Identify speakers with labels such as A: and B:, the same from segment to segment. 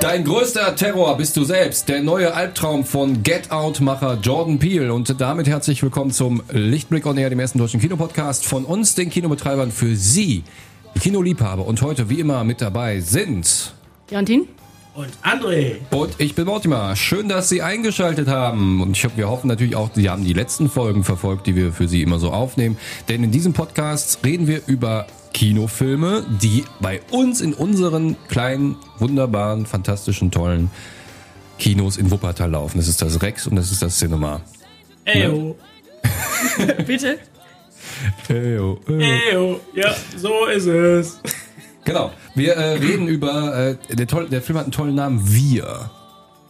A: Dein größter Terror bist du selbst. Der neue Albtraum von Get Out-Macher Jordan Peele. Und damit herzlich willkommen zum Lichtblick on Air, dem ersten deutschen Kinopodcast von uns, den Kinobetreibern, für Sie, die Kinoliebhaber. Und heute, wie immer, mit dabei sind...
B: Jantin?
C: Und André.
A: Und ich bin Mortimer. Schön, dass Sie eingeschaltet haben. Und ich hoffe, wir hoffen natürlich auch, Sie haben die letzten Folgen verfolgt, die wir für Sie immer so aufnehmen. Denn in diesem Podcast reden wir über Kinofilme, die bei uns in unseren kleinen, wunderbaren, fantastischen, tollen Kinos in Wuppertal laufen. Das ist das Rex und das ist das Cinema.
C: Eyo.
B: Bitte?
A: Eyo,
C: Eyo. Ja, so ist es.
A: Genau. Wir äh, reden über. Äh, der, toll, der Film hat einen tollen Namen: Wir.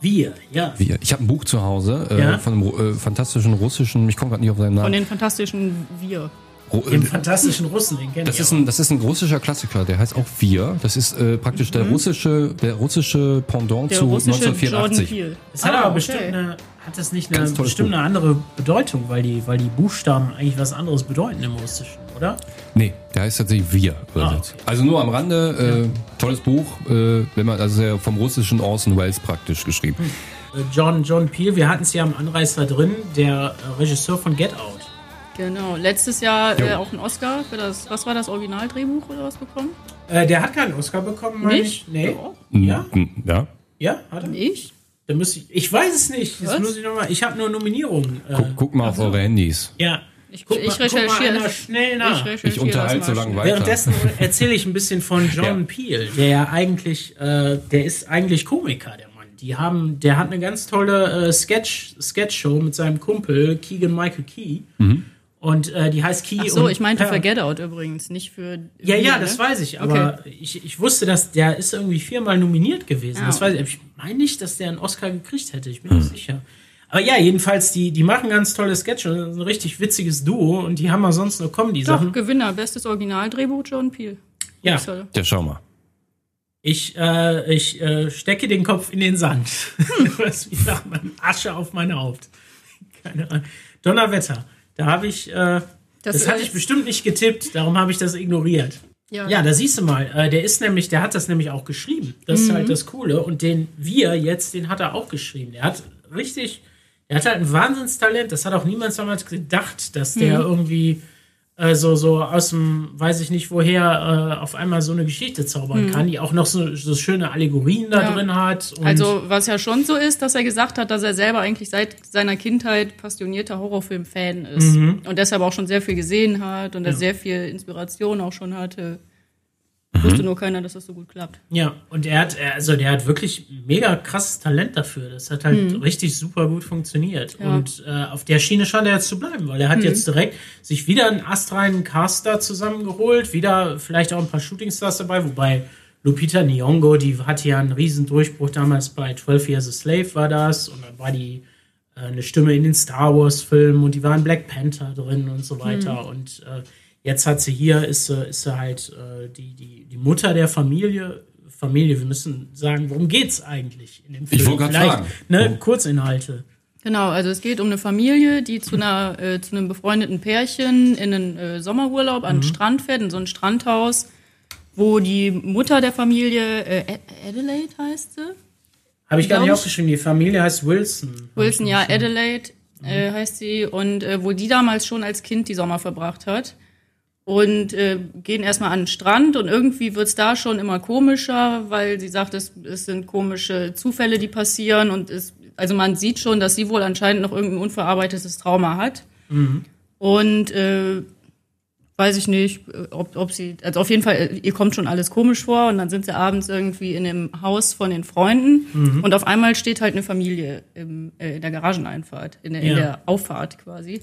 C: Wir, ja.
A: Wir. Ich habe ein Buch zu Hause äh,
C: Ja?
A: von einem Ru- äh, fantastischen russischen. Ich komme gerade nicht auf seinen Namen.
B: Von den fantastischen Wir.
A: Ru-
C: Den fantastischen Russen, den kennt
A: Das
C: ihr.
A: ist, ein, das ist ein russischer Klassiker, der heißt auch Wir. Das ist äh, praktisch der russische, der russische Pendant
B: Der
A: zu
B: russische Jordan
A: 1984.
B: Peele.
C: Es hat
B: Ah,
C: aber
B: okay.
C: bestimmt ne? eine, hat das nicht eine,
A: Ganz tolles
C: bestimmt
A: Buch.
C: eine andere Bedeutung, weil die, weil die Buchstaben eigentlich was anderes bedeuten im Russischen, oder?
A: Nee, der heißt tatsächlich Wir. übersetzt.
C: okay.
A: Also nur am Rande, äh, tolles Buch, äh, wenn man, also sehr vom russischen Orson Welles praktisch geschrieben.
C: Äh, John, John Peel, wir hatten es ja am Anreißer drin, der äh, Regisseur von Get Out.
B: Genau. Letztes Jahr äh,
A: Jo.
B: auch einen Oscar für das, was war das Originaldrehbuch oder was bekommen?
C: Äh, der hat keinen Oscar bekommen, meine ich.
B: Nicht?
C: Nee.
B: Doch.
C: Ja?
A: Hm, Ja?
C: Ja, hat er?
B: Ich?
C: Da müsste ich, ich weiß es nicht. Das
B: Was?
C: muss ich noch mal. Ich habe nur Nominierungen. Äh,
A: Guck, guck mal auf eure Handys.
C: Ja.
B: Ich,
C: Guck
B: ich
C: mal- guck mal
B: recherchiere
C: einer
B: das.
C: schnell
B: Ich
C: nach.
B: recherchiere
A: Ich unterhalte
B: das
A: so
B: mal
A: lange
B: schnell.
A: weiter.
C: Währenddessen erzähle ich ein bisschen von John
A: Ja.
C: Peel, der ja eigentlich, äh, der ist eigentlich Komiker, der Mann. Die haben, der hat eine ganz tolle äh, Sketch, Sketch-Show mit seinem Kumpel Keegan Michael Key.
A: Mhm.
C: Und äh, die heißt Key.
B: Ach so,
C: und
B: ich meinte
C: Pam.
B: für Get Out übrigens, nicht für.
C: Ja,
B: Wir,
C: ja,
B: ne?
C: das weiß ich, aber ich, ich wusste, dass der ist irgendwie viermal nominiert gewesen.
B: Ah.
C: Das weiß ich. Ich meine nicht, dass der einen Oscar gekriegt hätte, ich bin mir sicher. Aber ja, jedenfalls, die, die machen ganz tolle Sketche, das ist ein richtig witziges Duo und die haben ja sonst nur
B: Doch,
C: Comedy-Sachen.
B: Gewinner, bestes Originaldrehbuch, Jordan Peele.
C: Ja,
B: Soll-
A: Ja, schau mal.
C: ich, äh, ich äh, stecke den Kopf in den Sand. Was wie sagt man? Asche auf mein Haupt. Keine Ahnung. Donnerwetter. Da habe ich, äh, das,
B: ist
C: hatte ich bestimmt nicht getippt, darum habe ich das ignoriert.
B: Ja.
C: Ja, da siehst du mal, äh, der ist nämlich, der hat das nämlich auch geschrieben. Das
B: Mhm.
C: ist halt das Coole. Und den wir jetzt, den hat er auch geschrieben. Der hat richtig, der hat halt ein Wahnsinnstalent. Das hat auch niemand damals gedacht, dass
B: Mhm.
C: der irgendwie äh, so, so aus dem, weiß ich nicht woher, äh, auf einmal so eine Geschichte zaubern kann, die auch noch so, so schöne Allegorien da
B: Mhm. Ja.
C: drin hat. Und
B: Also, was ja schon so ist, dass er gesagt hat, dass er selber eigentlich seit seiner Kindheit passionierter Horrorfilm-Fan ist. Und deshalb auch schon sehr viel gesehen hat und er sehr viel Inspiration auch schon hatte. Wusste nur keiner, dass das so gut klappt.
C: Ja, und er hat, er- also der hat wirklich mega krasses Talent dafür. Das hat halt richtig super gut funktioniert. Und äh, auf der Schiene scheint er jetzt zu bleiben, weil er hat jetzt direkt sich wieder einen astreinen Caster zusammengeholt, wieder vielleicht auch ein paar Shootingstars dabei, wobei Lupita Nyong'o, die hatte ja einen riesen Durchbruch damals bei 12 Years a Slave war das und dann war die äh, eine Stimme in den Star Wars Filmen und die war in Black Panther drin und so weiter
B: Mhm.
C: und äh, jetzt hat sie hier ist sie, ist sie halt äh, die, die die Mutter der Familie Familie wir müssen sagen worum geht's eigentlich in dem Film
A: Ich wollte gerade
C: Vielleicht,
A: fragen.
C: ne Kurzinhalte
B: Genau, also es geht um eine Familie, die zu, einer, äh, zu einem befreundeten Pärchen in einen äh, Sommerurlaub an den Strand fährt, in so ein Strandhaus, wo die Mutter der Familie, äh, A- Adelaide heißt sie?
C: habe ich gar
B: Glaub
C: nicht
B: ich-
C: aufgeschrieben die Familie heißt Wilson
B: Wilson, ja, Adelaide äh, heißt sie. Und äh, wo die damals schon als Kind die Sommer verbracht hat. Und äh, gehen erstmal an den Strand und irgendwie wird's da schon immer komischer, weil sie sagt, es, es sind komische Zufälle, die passieren. Und es, also man sieht schon, dass sie wohl anscheinend noch irgendein unverarbeitetes Trauma hat. Und äh, weiß ich nicht, ob, ob sie, also auf jeden Fall, ihr kommt schon alles komisch vor und dann sind sie abends irgendwie in dem Haus von den Freunden und auf einmal steht halt eine Familie im, äh, in der Garageneinfahrt, in der,
C: Ja.
B: in der Auffahrt quasi.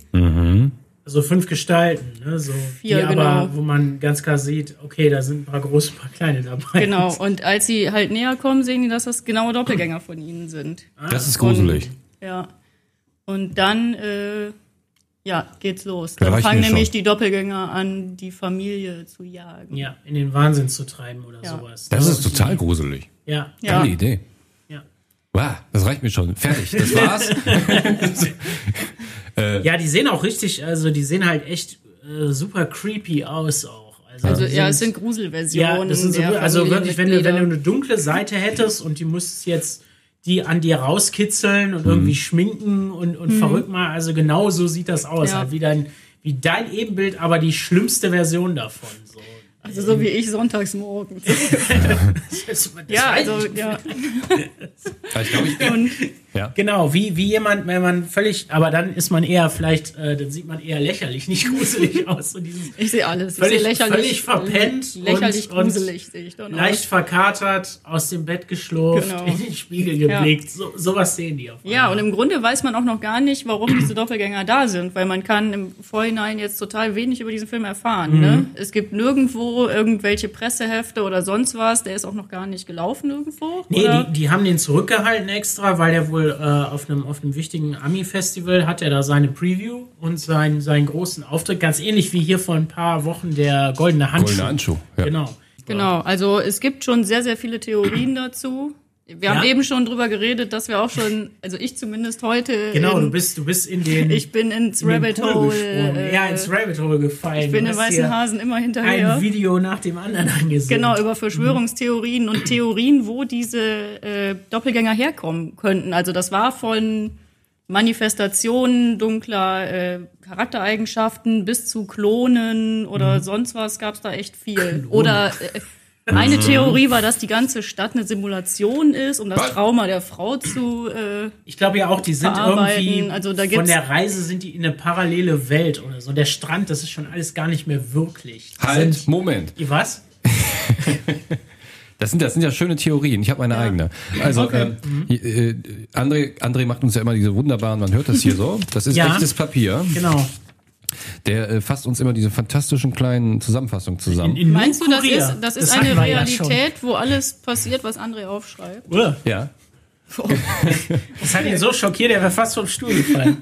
C: so fünf Gestalten ne so
B: Vier,
C: die aber
B: genau.
C: wo man ganz klar sieht okay da sind ein paar große ein paar kleine dabei
B: Genau, und als sie halt näher kommen, sehen die, dass das genaue Doppelgänger von ihnen sind.
A: Das ist gruselig.
B: Ja. Und dann, äh, ja, geht's los.
A: Da
B: Dann
A: reicht
B: fangen
A: mir
B: nämlich
A: schon.
B: die Doppelgänger an, die Familie zu jagen.
C: ja in den Wahnsinn zu treiben oder
B: Ja.
C: sowas
A: Das
C: ne?
A: ist total gruselig.
C: ja
B: Ja.
A: Geile Idee.
C: ja
A: Wow, das reicht mir schon. Fertig. Das war's.
C: Ja, die sehen auch richtig, also die sehen halt echt äh, super creepy aus auch.
B: Also, also ja, es sind Gruselversionen.
C: Ja, das sind so,
B: der
C: also wirklich, wenn du, wenn du
B: Familienmitglieder.
C: eine dunkle Seite hättest und die müsstest jetzt die an dir rauskitzeln und irgendwie schminken und, und verrückt mal. Also genau so sieht das aus.
B: Mhm. Ja.
C: Halt wie, dein, wie dein Ebenbild, aber die schlimmste Version davon. So.
B: Also so wie ich sonntags morgens.
C: Das- das
B: Ja,
C: weiß
B: also
C: ich.
B: ja.
A: Ja, Ah, ich glaube, ich,
B: Und
A: ja.
C: Genau, wie, wie jemand, wenn man völlig, aber dann ist man eher vielleicht, äh, dann sieht man eher lächerlich, nicht gruselig aus. So dieses
B: ich sehe alles.
C: Völlig-
B: ich sehe lächerlich,
C: völlig verpennt
B: lächerlich
C: und- und
B: gruselig sehe ich dann aus.
C: leicht verkatert, aus dem Bett geschlurft,
B: Genau.
C: in den Spiegel geblickt. So, sowas sehen die auf
B: Ja, und
C: einmal.
B: im Grunde weiß man auch noch gar nicht, warum diese Doppelgänger da sind, weil man kann im Vorhinein jetzt total wenig über diesen Film erfahren.
C: Mhm.
B: Ne? Es gibt nirgendwo irgendwelche Pressehefte oder sonst was, der ist auch noch gar nicht gelaufen irgendwo.
C: Nee,
B: oder?
C: die, die haben den zurückgehalten extra, weil er wohl äh, auf einem auf einem wichtigen Ami-Festival hat er da seine Preview und seinen, seinen großen Auftritt, ganz ähnlich wie hier vor ein paar Wochen der goldene Handschuh.
A: Goldene Handschuh, ja.
C: Genau.
B: Genau, also es gibt schon sehr, sehr viele Theorien dazu. Wir haben
C: Ja.
B: eben schon drüber geredet, dass wir auch schon, also ich zumindest heute,
C: Genau, du
B: in,
C: bist du bist in den
B: ich bin ins
C: in den
B: Rabbit
C: Pool
B: Hole,
C: gesprungen.
B: äh,
C: ja, ins Rabbit Hole gefallen.
B: ich bin
C: Du
B: dem
C: hast
B: weißen
C: dir
B: Hasen immer
C: ein
B: hinterher.
C: Video nach dem anderen angesehen.
B: Genau, über Verschwörungstheorien und Theorien, wo diese äh, Doppelgänger herkommen könnten. Also das war von Manifestationen dunkler äh, Charaktereigenschaften bis zu Klonen
C: Mhm.
B: oder sonst was gab's da echt viel. Oder äh, eine Theorie war, dass die ganze Stadt eine Simulation ist, um das
A: Was?
B: Trauma der Frau zu... Äh,
C: Ich glaube ja auch, die sind
B: Verarbeiten,
C: irgendwie
B: also da
C: von
B: gibt's-
C: der Reise sind die in eine parallele Welt oder so. Der Strand, das ist schon alles gar nicht mehr wirklich. Das
A: Halt,
C: Sind,
A: Moment.
C: Ihr was?
A: Das sind, das sind ja schöne Theorien. Ich habe meine eigene. Also
C: Mhm.
A: ähm, hier, äh, André, André macht uns ja immer diese wunderbaren, man hört das hier so. Das ist
C: Ja.
A: echtes Papier.
C: Genau.
A: Der äh, fasst uns immer diese fantastischen kleinen Zusammenfassungen zusammen.
C: In
B: meinst du, das
C: Nordkorea.
B: ist, das ist
C: hatten
B: eine
C: wir ja schon.
B: Realität, wo alles passiert, was André aufschreibt?
C: Uah,
A: ja.
C: Das hat ihn so schockiert, er wäre fast vom Stuhl gefallen.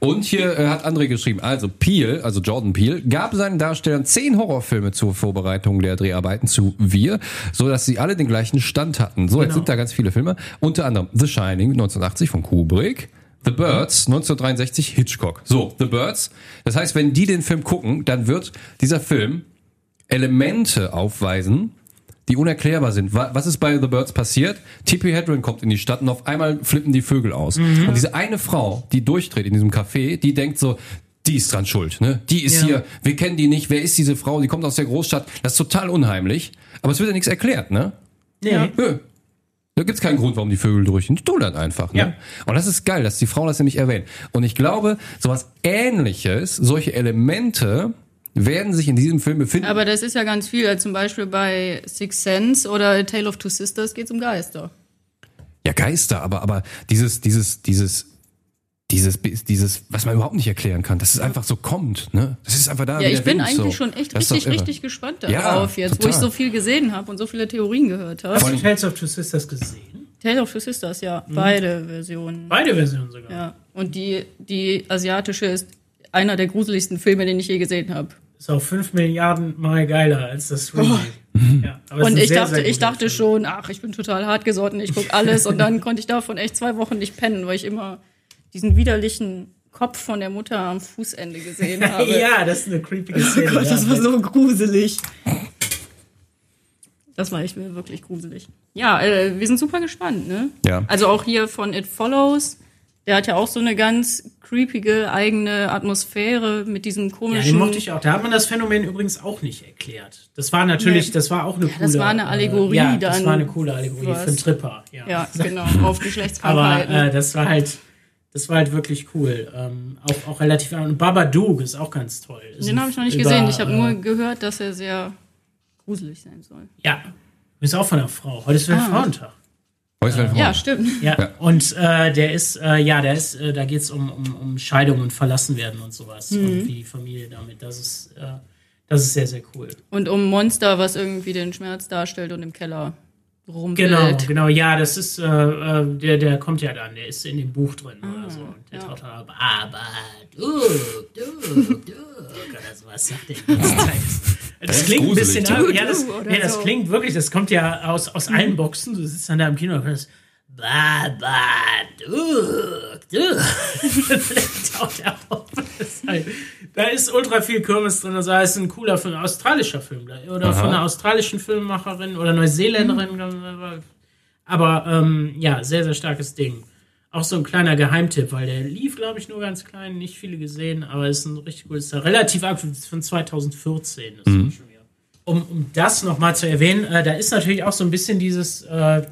A: Und hier äh, hat André geschrieben, also Peel, also Jordan Peel, gab seinen Darstellern zehn Horrorfilme zur Vorbereitung der Dreharbeiten zu Wir, so dass sie alle den gleichen Stand hatten. So, jetzt sind da ganz viele Filme, unter anderem The Shining 1980 von Kubrick. The Birds 1963 Hitchcock. So, The Birds. Das heißt, wenn die den Film gucken, dann wird dieser Film Elemente aufweisen, die unerklärbar sind. Wa- Was ist bei The Birds passiert? Tippi Hedren kommt in die Stadt und auf einmal flippen die Vögel aus.
C: Mhm.
A: Und diese eine Frau, die durchdreht in diesem Café, die denkt so, die ist dran schuld, ne? Die ist
C: Ja.
A: hier, wir kennen die nicht, wer ist diese Frau, die kommt aus der Großstadt, das ist total unheimlich. Aber es wird ja nichts erklärt, ne?
C: Nee.
A: Nö. Da gibt's keinen Grund, warum die Vögel durchgehen. Die tun das einfach. Ne?
C: Ja.
A: Und das ist geil, dass die Frauen das nämlich erwähnen. Und ich glaube, sowas ähnliches, solche Elemente werden sich in diesem Film befinden.
B: Aber das ist ja ganz viel. Also Zum Beispiel bei Six Sense oder A Tale of Two Sisters geht es um Geister.
A: ja, Geister, aber, aber dieses, dieses, dieses, dieses, dieses, was man überhaupt nicht erklären kann, dass es einfach so kommt. Ne? Das ist einfach da.
B: Ja,
A: wie der
B: ich bin
A: Wind,
B: eigentlich
A: so.
B: schon echt
A: Das ist doch
B: richtig,
A: irre.
B: richtig gespannt
A: Ja,
B: darauf jetzt, wo ich
A: total.
B: so viel gesehen habe und so viele Theorien gehört habe.
C: Hast du Tales of Two Sisters gesehen?
B: Tale of Two Sisters, ja,
A: Mhm.
B: beide Versionen.
C: Beide Versionen sogar.
B: Ja. Und die, die asiatische ist einer der gruseligsten Filme, den ich je gesehen habe.
C: Ist auch 5 Milliarden Mal geiler als das Remake. Ja, aber
B: Oh. Und
C: es ist ein
B: ich
C: sehr,
B: dachte,
C: sehr
B: ich
C: guter
B: dachte
C: Film.
B: schon, ach, ich bin total hart gesotten, ich gucke alles. und dann konnte ich davon echt zwei Wochen nicht pennen, weil ich immer diesen widerlichen Kopf von der Mutter am Fußende gesehen habe.
C: Ja, das ist eine creepy Szene.
B: Oh Gott,
C: ja. halt.
B: das war so gruselig. Das war echt wirklich gruselig. Ja, äh, wir sind super gespannt, ne?
A: Ja.
B: Also auch hier von It Follows, der hat ja auch so eine ganz creepige eigene Atmosphäre mit diesem
C: Ja, den
B: komischen.
C: mochte ich auch. Da hat man das Phänomen übrigens auch nicht erklärt. Das war natürlich,
B: Nee.
C: das war auch eine coole.
B: das war eine Allegorie
C: äh, ja, Das
B: dann.
C: war eine coole Allegorie
B: Was?
C: für einen Tripper. Ja.
B: ja, genau, auf Geschlechtskrankheiten.
C: Aber äh, das war halt, das war halt wirklich cool. Ähm, auch, auch relativ. Und Babadook ist auch ganz toll. Ist
B: Den
C: ein-
B: habe ich noch nicht
C: über,
B: gesehen. Ich habe
C: äh,
B: nur gehört, dass er sehr gruselig sein soll.
C: äh, Ja, ist auch von einer Frau. Heute ist wieder
B: Ah.
C: Frauentag.
A: Häuslein von
B: Ja,
A: Horror.
B: stimmt.
C: Ja. Und äh, der ist, äh, ja, der ist, äh, da geht es um, um, um Scheidung und verlassen werden und sowas.
B: Mhm.
C: Und wie die Familie damit. Das ist, äh, das ist sehr, sehr cool.
B: Und um Monster, was irgendwie den Schmerz darstellt und im Keller rumpelt.
C: Genau, genau, ja, das ist, äh, äh, der, der kommt ja dann, der ist in dem Buch drin oder so. Und der
B: Ah, ja.
C: taucht dann ab, aber du, du, du. Oder sowas sagt der die ganze Zeit. Das,
A: ist
C: klingt ein
A: gruselig.
C: bisschen ab. Ja, das,
B: Du, oder
C: nee, das
B: so.
C: klingt wirklich, das kommt ja aus, aus allen Boxen. Du sitzt dann da im Kino und hörst, Baba, du, du. Dann taucht er auf. Das geil. Da ist ultra viel Kirmes drin. Also da ist ein cooler Film, australischer Film. Oder von einer australischen Filmemacherin oder Neuseeländerin. Aber ähm, ja, sehr, sehr starkes Ding. Auch so ein kleiner Geheimtipp, weil der lief, glaube ich, nur ganz klein, nicht viele gesehen, aber ist ein richtig cooles, relativ aktuell, von 2014. Ist mhm. schon wieder. Um, um das nochmal zu erwähnen, äh, da ist natürlich auch so ein bisschen dieses, äh,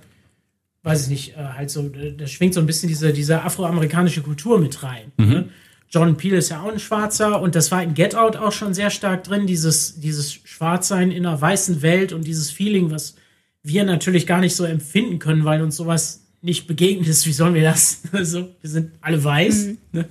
C: weiß ich nicht, äh, halt so, äh, da schwingt so ein bisschen diese, diese afroamerikanische Kultur mit rein. Ne? John Peel ist ja auch ein Schwarzer und das war in Get Out auch schon sehr stark drin, dieses, dieses Schwarzsein in einer weißen Welt und dieses Feeling, was wir natürlich gar nicht so empfinden können, weil uns sowas nicht begegnet ist. Wie sollen wir das? so, wir sind alle weiß. Ne?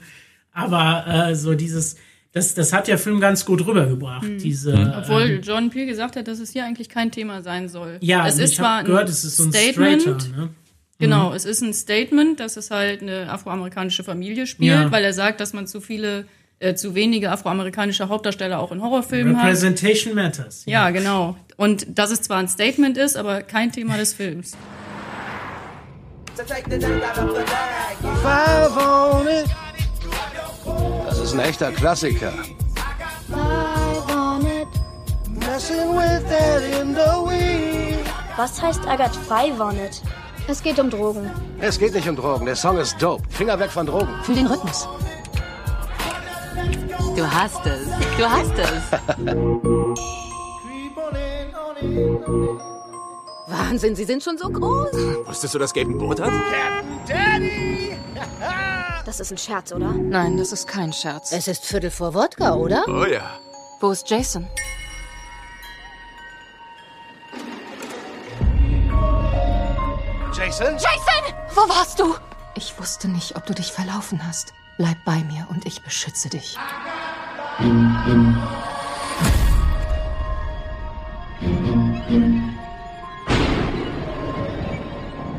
C: Aber äh, so dieses, das, das hat der Film ganz gut rübergebracht. Diese,
B: Obwohl
C: ähm,
B: John Peel gesagt hat, dass es hier eigentlich kein Thema sein soll.
C: ja,
B: es
C: und
B: ist
C: ich habe
B: zwar
C: gehört,
B: ein
C: es ist so ein
B: Statement.
C: Straighter. Ne?
B: Genau, es ist ein Statement, dass es halt eine afroamerikanische Familie spielt,
C: Ja.
B: weil er sagt, dass man zu viele, äh, zu wenige afroamerikanische Hauptdarsteller auch in Horrorfilmen hat.
C: Representation Matters.
B: Ja, genau. Und dass es zwar ein Statement ist, aber kein Thema des Films.
D: So take the night out of the bag.
E: Das ist ein echter Klassiker.
F: Was heißt I got five on it? Es geht um Drogen.
E: Es geht nicht um Drogen. Der Song ist dope. Finger weg von Drogen.
G: Fühl den Rhythmus. Du hast es. Du hast es. Wahnsinn, sie sind schon so groß.
H: Wusstest du, dass Gabe ein Boot hat?
F: Das ist ein Scherz, oder?
G: Nein, das ist kein Scherz.
I: Es ist Viertel vor Wodka, oder?
H: Oh ja.
G: Wo ist Jason?
E: Jason?
G: Jason! Wo warst du? Ich wusste nicht, ob du dich verlaufen hast. Bleib bei mir und ich beschütze dich.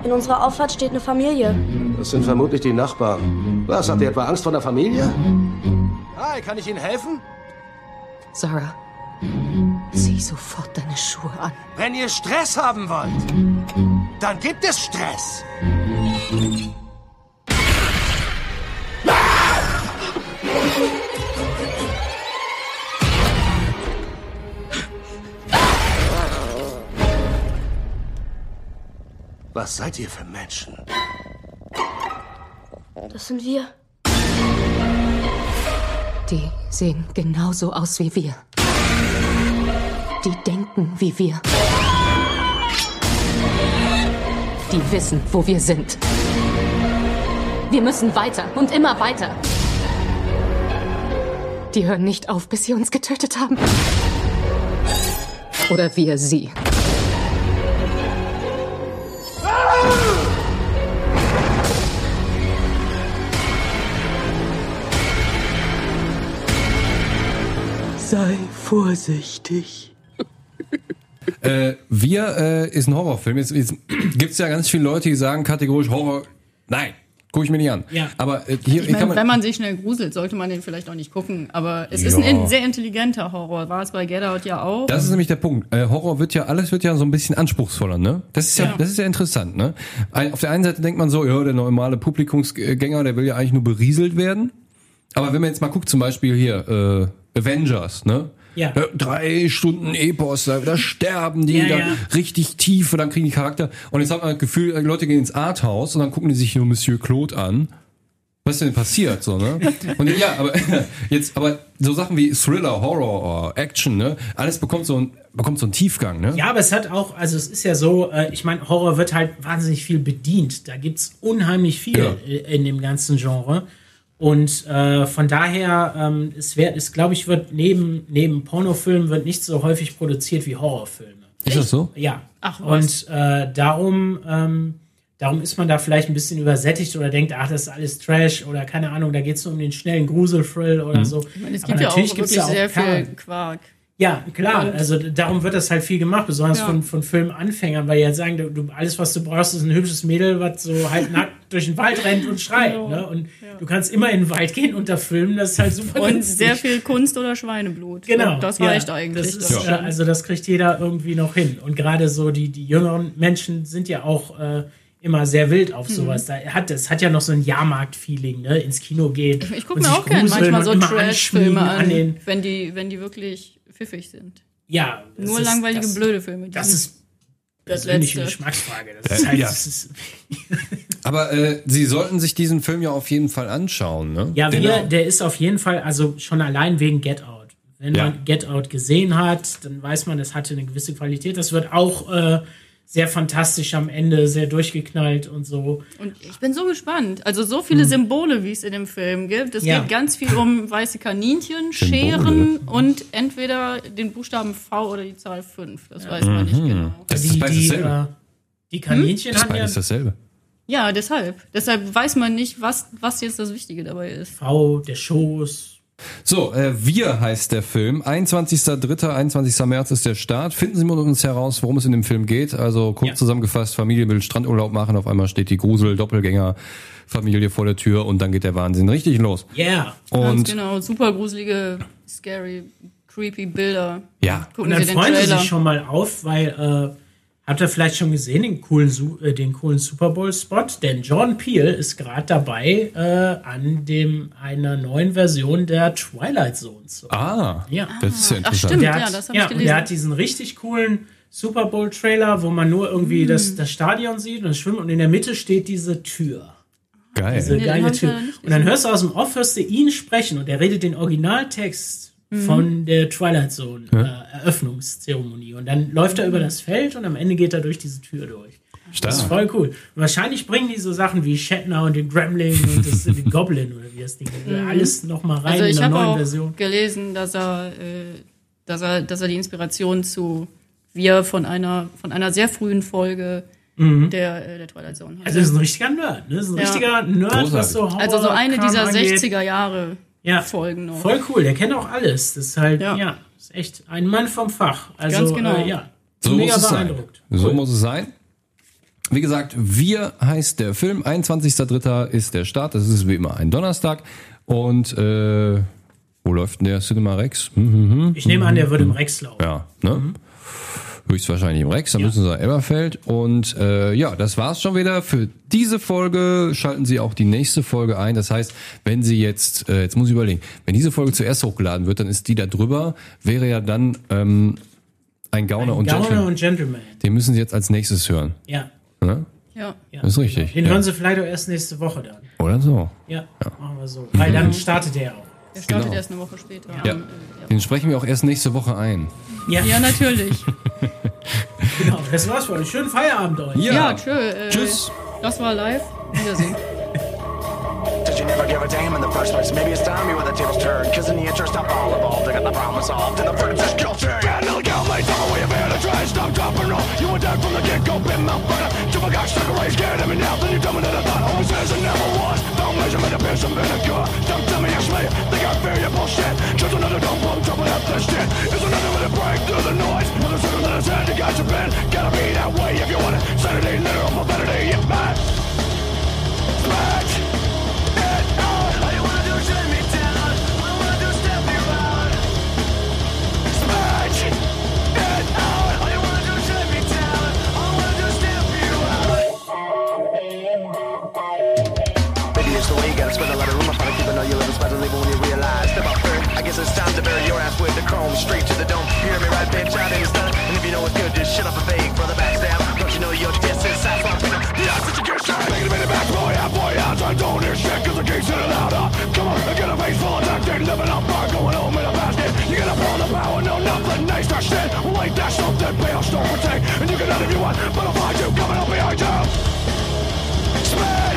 F: In unserer Auffahrt steht eine Familie.
E: Das sind vermutlich die Nachbarn. Was, habt ihr etwa Angst vor der Familie? Hi, kann ich Ihnen helfen?
G: Sarah, zieh sofort deine Schuhe an.
E: Wenn ihr Stress haben wollt, dann gibt es Stress. Was seid ihr für Menschen?
F: Das sind wir.
G: Die sehen genauso aus wie wir. Die denken wie wir. Die wissen, wo wir sind. Wir müssen weiter und immer weiter. Die hören nicht auf, bis sie uns getötet haben. Oder wir sie. Sei vorsichtig.
A: Äh, wir äh, ist ein Horrorfilm. Jetzt, jetzt gibt es ja ganz viele Leute, die sagen kategorisch Horror. Nein, gucke ich mir nicht an.
C: Ja.
A: Aber äh, hier
B: Ich
A: kann
B: meine,
A: man.
B: wenn man sich schnell gruselt, sollte man den vielleicht auch nicht gucken. Aber es ist ein
A: Ja.
B: in- sehr intelligenter Horror. War es bei Get Out ja auch.
A: das ist nämlich der Punkt. Äh, Horror wird ja, alles wird ja so ein bisschen anspruchsvoller, ne? Das ist ja, das ist ja interessant, ne? Ein, auf der einen Seite denkt man so, ja, der normale Publikumsgänger, der will ja eigentlich nur berieselt werden. Aber wenn man jetzt mal guckt, zum Beispiel hier, äh, Avengers, ne?
C: Ja.
A: Äh, Drei Stunden Epos, da, da sterben die
C: Ja,
A: dann
C: ja.
A: richtig tief und dann kriegen die Charakter. Und jetzt hat man das Gefühl, die Leute gehen ins Arthouse und dann gucken die sich nur Monsieur Claude an. Was ist denn passiert? So, ne? Und ja, aber jetzt, aber so Sachen wie Thriller, Horror, äh, Action, ne? Alles bekommt so ein, bekommt so einen Tiefgang, ne?
C: Ja, aber es hat auch, also es ist ja so, äh, ich meine, Horror wird halt wahnsinnig viel bedient. Da gibt's unheimlich viel
A: Ja.
C: i- in dem ganzen Genre. Und äh, von daher, ähm, es wird, es glaube ich, wird neben, neben Pornofilmen wird nicht so häufig produziert wie Horrorfilme.
A: Ist das so?
C: Ja.
B: Ach, was.
C: und äh, darum, ähm, darum ist man da vielleicht ein bisschen übersättigt oder denkt, ach, das ist alles Trash oder keine Ahnung, da geht's nur um den schnellen Gruselthrill oder so.
B: es
C: Aber
B: gibt ja auch
C: natürlich
B: wirklich
C: gibt's da
B: sehr
C: Perlen.
B: viel Quark.
C: Ja, klar. Also d- darum wird das halt viel gemacht, besonders
B: Ja.
C: von, von Filmanfängern, weil die halt sagen, du, du, alles, was du brauchst, ist ein hübsches Mädel, was so halt nackt durch den Wald rennt und schreit.
B: Genau.
C: Ne? Und du kannst immer in den Wald gehen und da filmen, das ist halt super
B: Und
C: günstig.
B: sehr viel Kunst oder Schweineblut.
C: Genau.
B: Und das
C: ja,
B: reicht eigentlich.
C: Das ist,
B: Das
C: äh,
B: stimmt.
C: also das kriegt jeder irgendwie noch hin. Und gerade so die, die jüngeren Menschen sind ja auch äh, immer sehr wild auf
B: Hm.
C: sowas. Da hat, das hat ja noch so ein Jahrmarkt-Feeling, ne? ins Kino gehen.
B: Ich
C: und
B: gucke mir
C: sich
B: auch gerne
C: gruseln
B: manchmal so
C: und immer
B: Trash-Filme
C: anschmiegen
B: an,
C: den,
B: wenn, die, wenn die wirklich pfiffig sind.
C: ja, das
B: Nur
C: ist-
B: langweilige,
C: das,
B: blöde Filme. die
C: Das
B: sind-
C: ist persönliche
B: Letzte.
C: Geschmacksfrage. Das ist halt,
A: ja.
C: das ist,
A: Aber äh, Sie sollten sich diesen Film ja auf jeden Fall anschauen, ne?
C: Ja,
A: Den-
C: wir, der ist auf jeden Fall, also schon allein wegen Get Out. Wenn
A: Ja.
C: man Get Out gesehen hat, dann weiß man, es hatte eine gewisse Qualität. Das wird auch äh, sehr fantastisch am Ende, sehr durchgeknallt und so.
B: Und ich bin so gespannt. Also so viele Symbole, wie es in dem Film gibt. Es
C: Hm. Ja.
B: geht ganz viel um weiße Kaninchen, Scheren und entweder den Buchstaben V oder die Zahl 5. Das weiß man nicht genau.
A: Das ist beides
C: die,
A: dasselbe. Hm?
C: äh, die Kaninchen
A: Das ist
C: haben ja
A: beides dasselbe.
B: Ja, deshalb. Deshalb weiß man nicht, was, was jetzt das Wichtige dabei ist.
C: V, der Schoß.
A: So, äh, Wir heißt der Film. 21.03., 21. März ist der Start. Finden Sie mit uns heraus, worum es in dem Film geht. Also kurz
C: Ja.
A: zusammengefasst, Familie will Strandurlaub machen, auf einmal steht die Grusel, Doppelgänger, Familie vor der Tür und dann geht der Wahnsinn richtig los.
C: Yeah.
B: Ganz
A: Und
B: genau. Super gruselige, scary, creepy Bilder.
A: ja,
B: Gucken
C: Und dann
B: Sie den
C: freuen sie
B: Trailer.
C: sich schon mal auf, weil äh, habt ihr vielleicht schon gesehen den coolen, Su äh, den coolen Super Bowl Spot? Denn John Peel ist gerade dabei äh, an dem einer neuen Version der Twilight Zone. zu
A: ah,
C: Ja.
A: das ist ja
B: Ach
A: interessant.
B: stimmt,
C: Der hat,
B: ja, das habe
C: ja,
B: ich
C: und der
B: gelesen.
C: hat diesen richtig coolen Super Bowl Trailer, wo man nur irgendwie
B: Hm.
C: das, das Stadion sieht und das Schwimmen und in der Mitte steht diese Tür.
A: Geil.
C: Diese
B: Nee, den
C: geile
B: hab ich
C: Tür.
B: leider nicht
C: Und dann hörst du aus dem Off, hörst du ihn sprechen und er redet den Originaltext
B: Mhm.
C: von der Twilight Zone äh, Eröffnungszeremonie. Und dann läuft
B: Mhm.
C: er über das Feld und am Ende geht er durch diese Tür durch. Das ist
A: Stark.
C: voll cool. Und wahrscheinlich bringen die so Sachen wie Shatner und den Gremlin und das, den Goblin oder wie das Ding mhm. alles nochmal rein
B: Also
C: in
B: ich
C: der
B: habe
C: neuen
B: auch
C: Version.
B: gelesen, dass er, äh, dass er, dass er die Inspiration zu wir von einer von einer sehr frühen Folge der, äh, der Twilight Zone hat.
C: Mhm. Also das ist ein richtiger Nerd, ne? Das ist ein
B: Ja.
C: richtiger Nerd, was so Horror
B: Also so eine
C: Kram
B: dieser
C: angeht.
B: 60er Jahre
C: ja.
B: Folgen noch.
C: Voll cool, der kennt auch alles. Das ist halt, ja,
B: Ja.
C: ist echt ein Mann vom Fach. Also,
B: Ganz genau.
C: äh, ja,
A: So
C: mega
A: muss es sein.
C: beeindruckt.
A: So muss es sein. Wie gesagt, wir heißt der Film. 21.03. ist der Start. Das ist wie immer ein Donnerstag. Und äh, wo läuft denn der Cinema Rex? Hm,
C: Ich nehme an, der würde im Rex laufen.
A: ja, ne? Höchstwahrscheinlich im Rex, dann müssen sie nach Elberfeld. Und äh, ja, das war's schon wieder für diese Folge. Schalten Sie auch die nächste Folge ein. Das heißt, wenn Sie jetzt, äh, jetzt muss ich überlegen, wenn diese Folge zuerst hochgeladen wird, dann ist die da drüber, wäre ja dann ähm, ein Gauner und
C: Gauner
A: Gentleman.
C: und Gentleman.
A: Den müssen Sie jetzt als nächstes hören.
C: Ja.
A: Ne?
B: Ja.
C: ja.
A: Das ist richtig.
C: Den
A: ja.
C: hören sie vielleicht auch erst nächste Woche dann.
A: Oder so.
C: Ja, machen wir so. Weil dann startet der auch.
B: Der startet
A: Genau.
B: erst eine Woche später.
A: Ja.
B: Ähm,
A: Den sprechen wir auch erst nächste Woche ein.
C: Ja,
B: Ja, natürlich.
C: genau. Das war's für euch. Schönen Feierabend euch.
B: Ja, tschö. Äh,
A: Tschüss.
B: Das war live. Wiedersehen.
H: Did you never give a damn in the first place? Maybe it's time you were the tables turned. Cause in the interest of all involved, they got the problem solved. And the verdict's is guilty. And they'll get me some way of here to try and stop dropping roll. You were down from the get go, been malfunction. Jump a cock, stuck a race, get at me now. Then you dumb it in a thought. Always is and never was. Don't measure me to piss and vinegar. Don't tell me it's me. They got fear your bullshit. Just another dumb bum, jumping up this shit. It's another way to break through the noise. Another circle that is hand, you got your pen. Gotta be that way if you want it. Sanity, literal profanity, it matters. Maybe it's the way you gotta spread a lot of rumor, probably keep another you live spider label when you realize. Step out first, I guess it's time to bury your ass with the chrome, straight to the dome. You hear me right, bitch, out in the sun. And if you know what's good, just shut up and fake, brother, backstab. Don't you know your test is size one pinna? The odds that you get shot, taking a minute back, boy, out, boy, out. I don't hear shit, cause the gate's hitting louder. Come on, I get a face full of duct tape, living on fire, going home in a basket. You gotta pull the power, no nothing, nice, that shit. Well, ain't that something, pay off, don't protect. And you can end if you want, but I'll find you coming up behind you. Spin!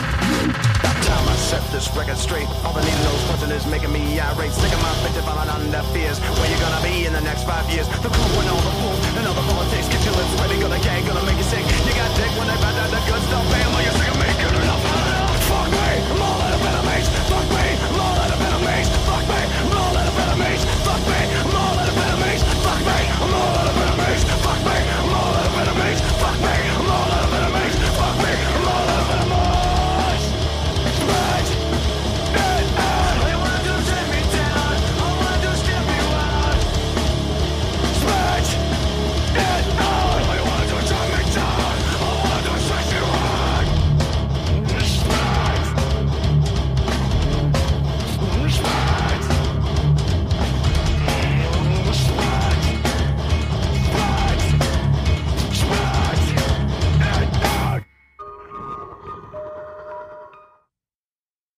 H: time I set this record straight. All the needle nose punching is making me irate. Sick of my victim falling under fears. Where you gonna be in the next five years? The cool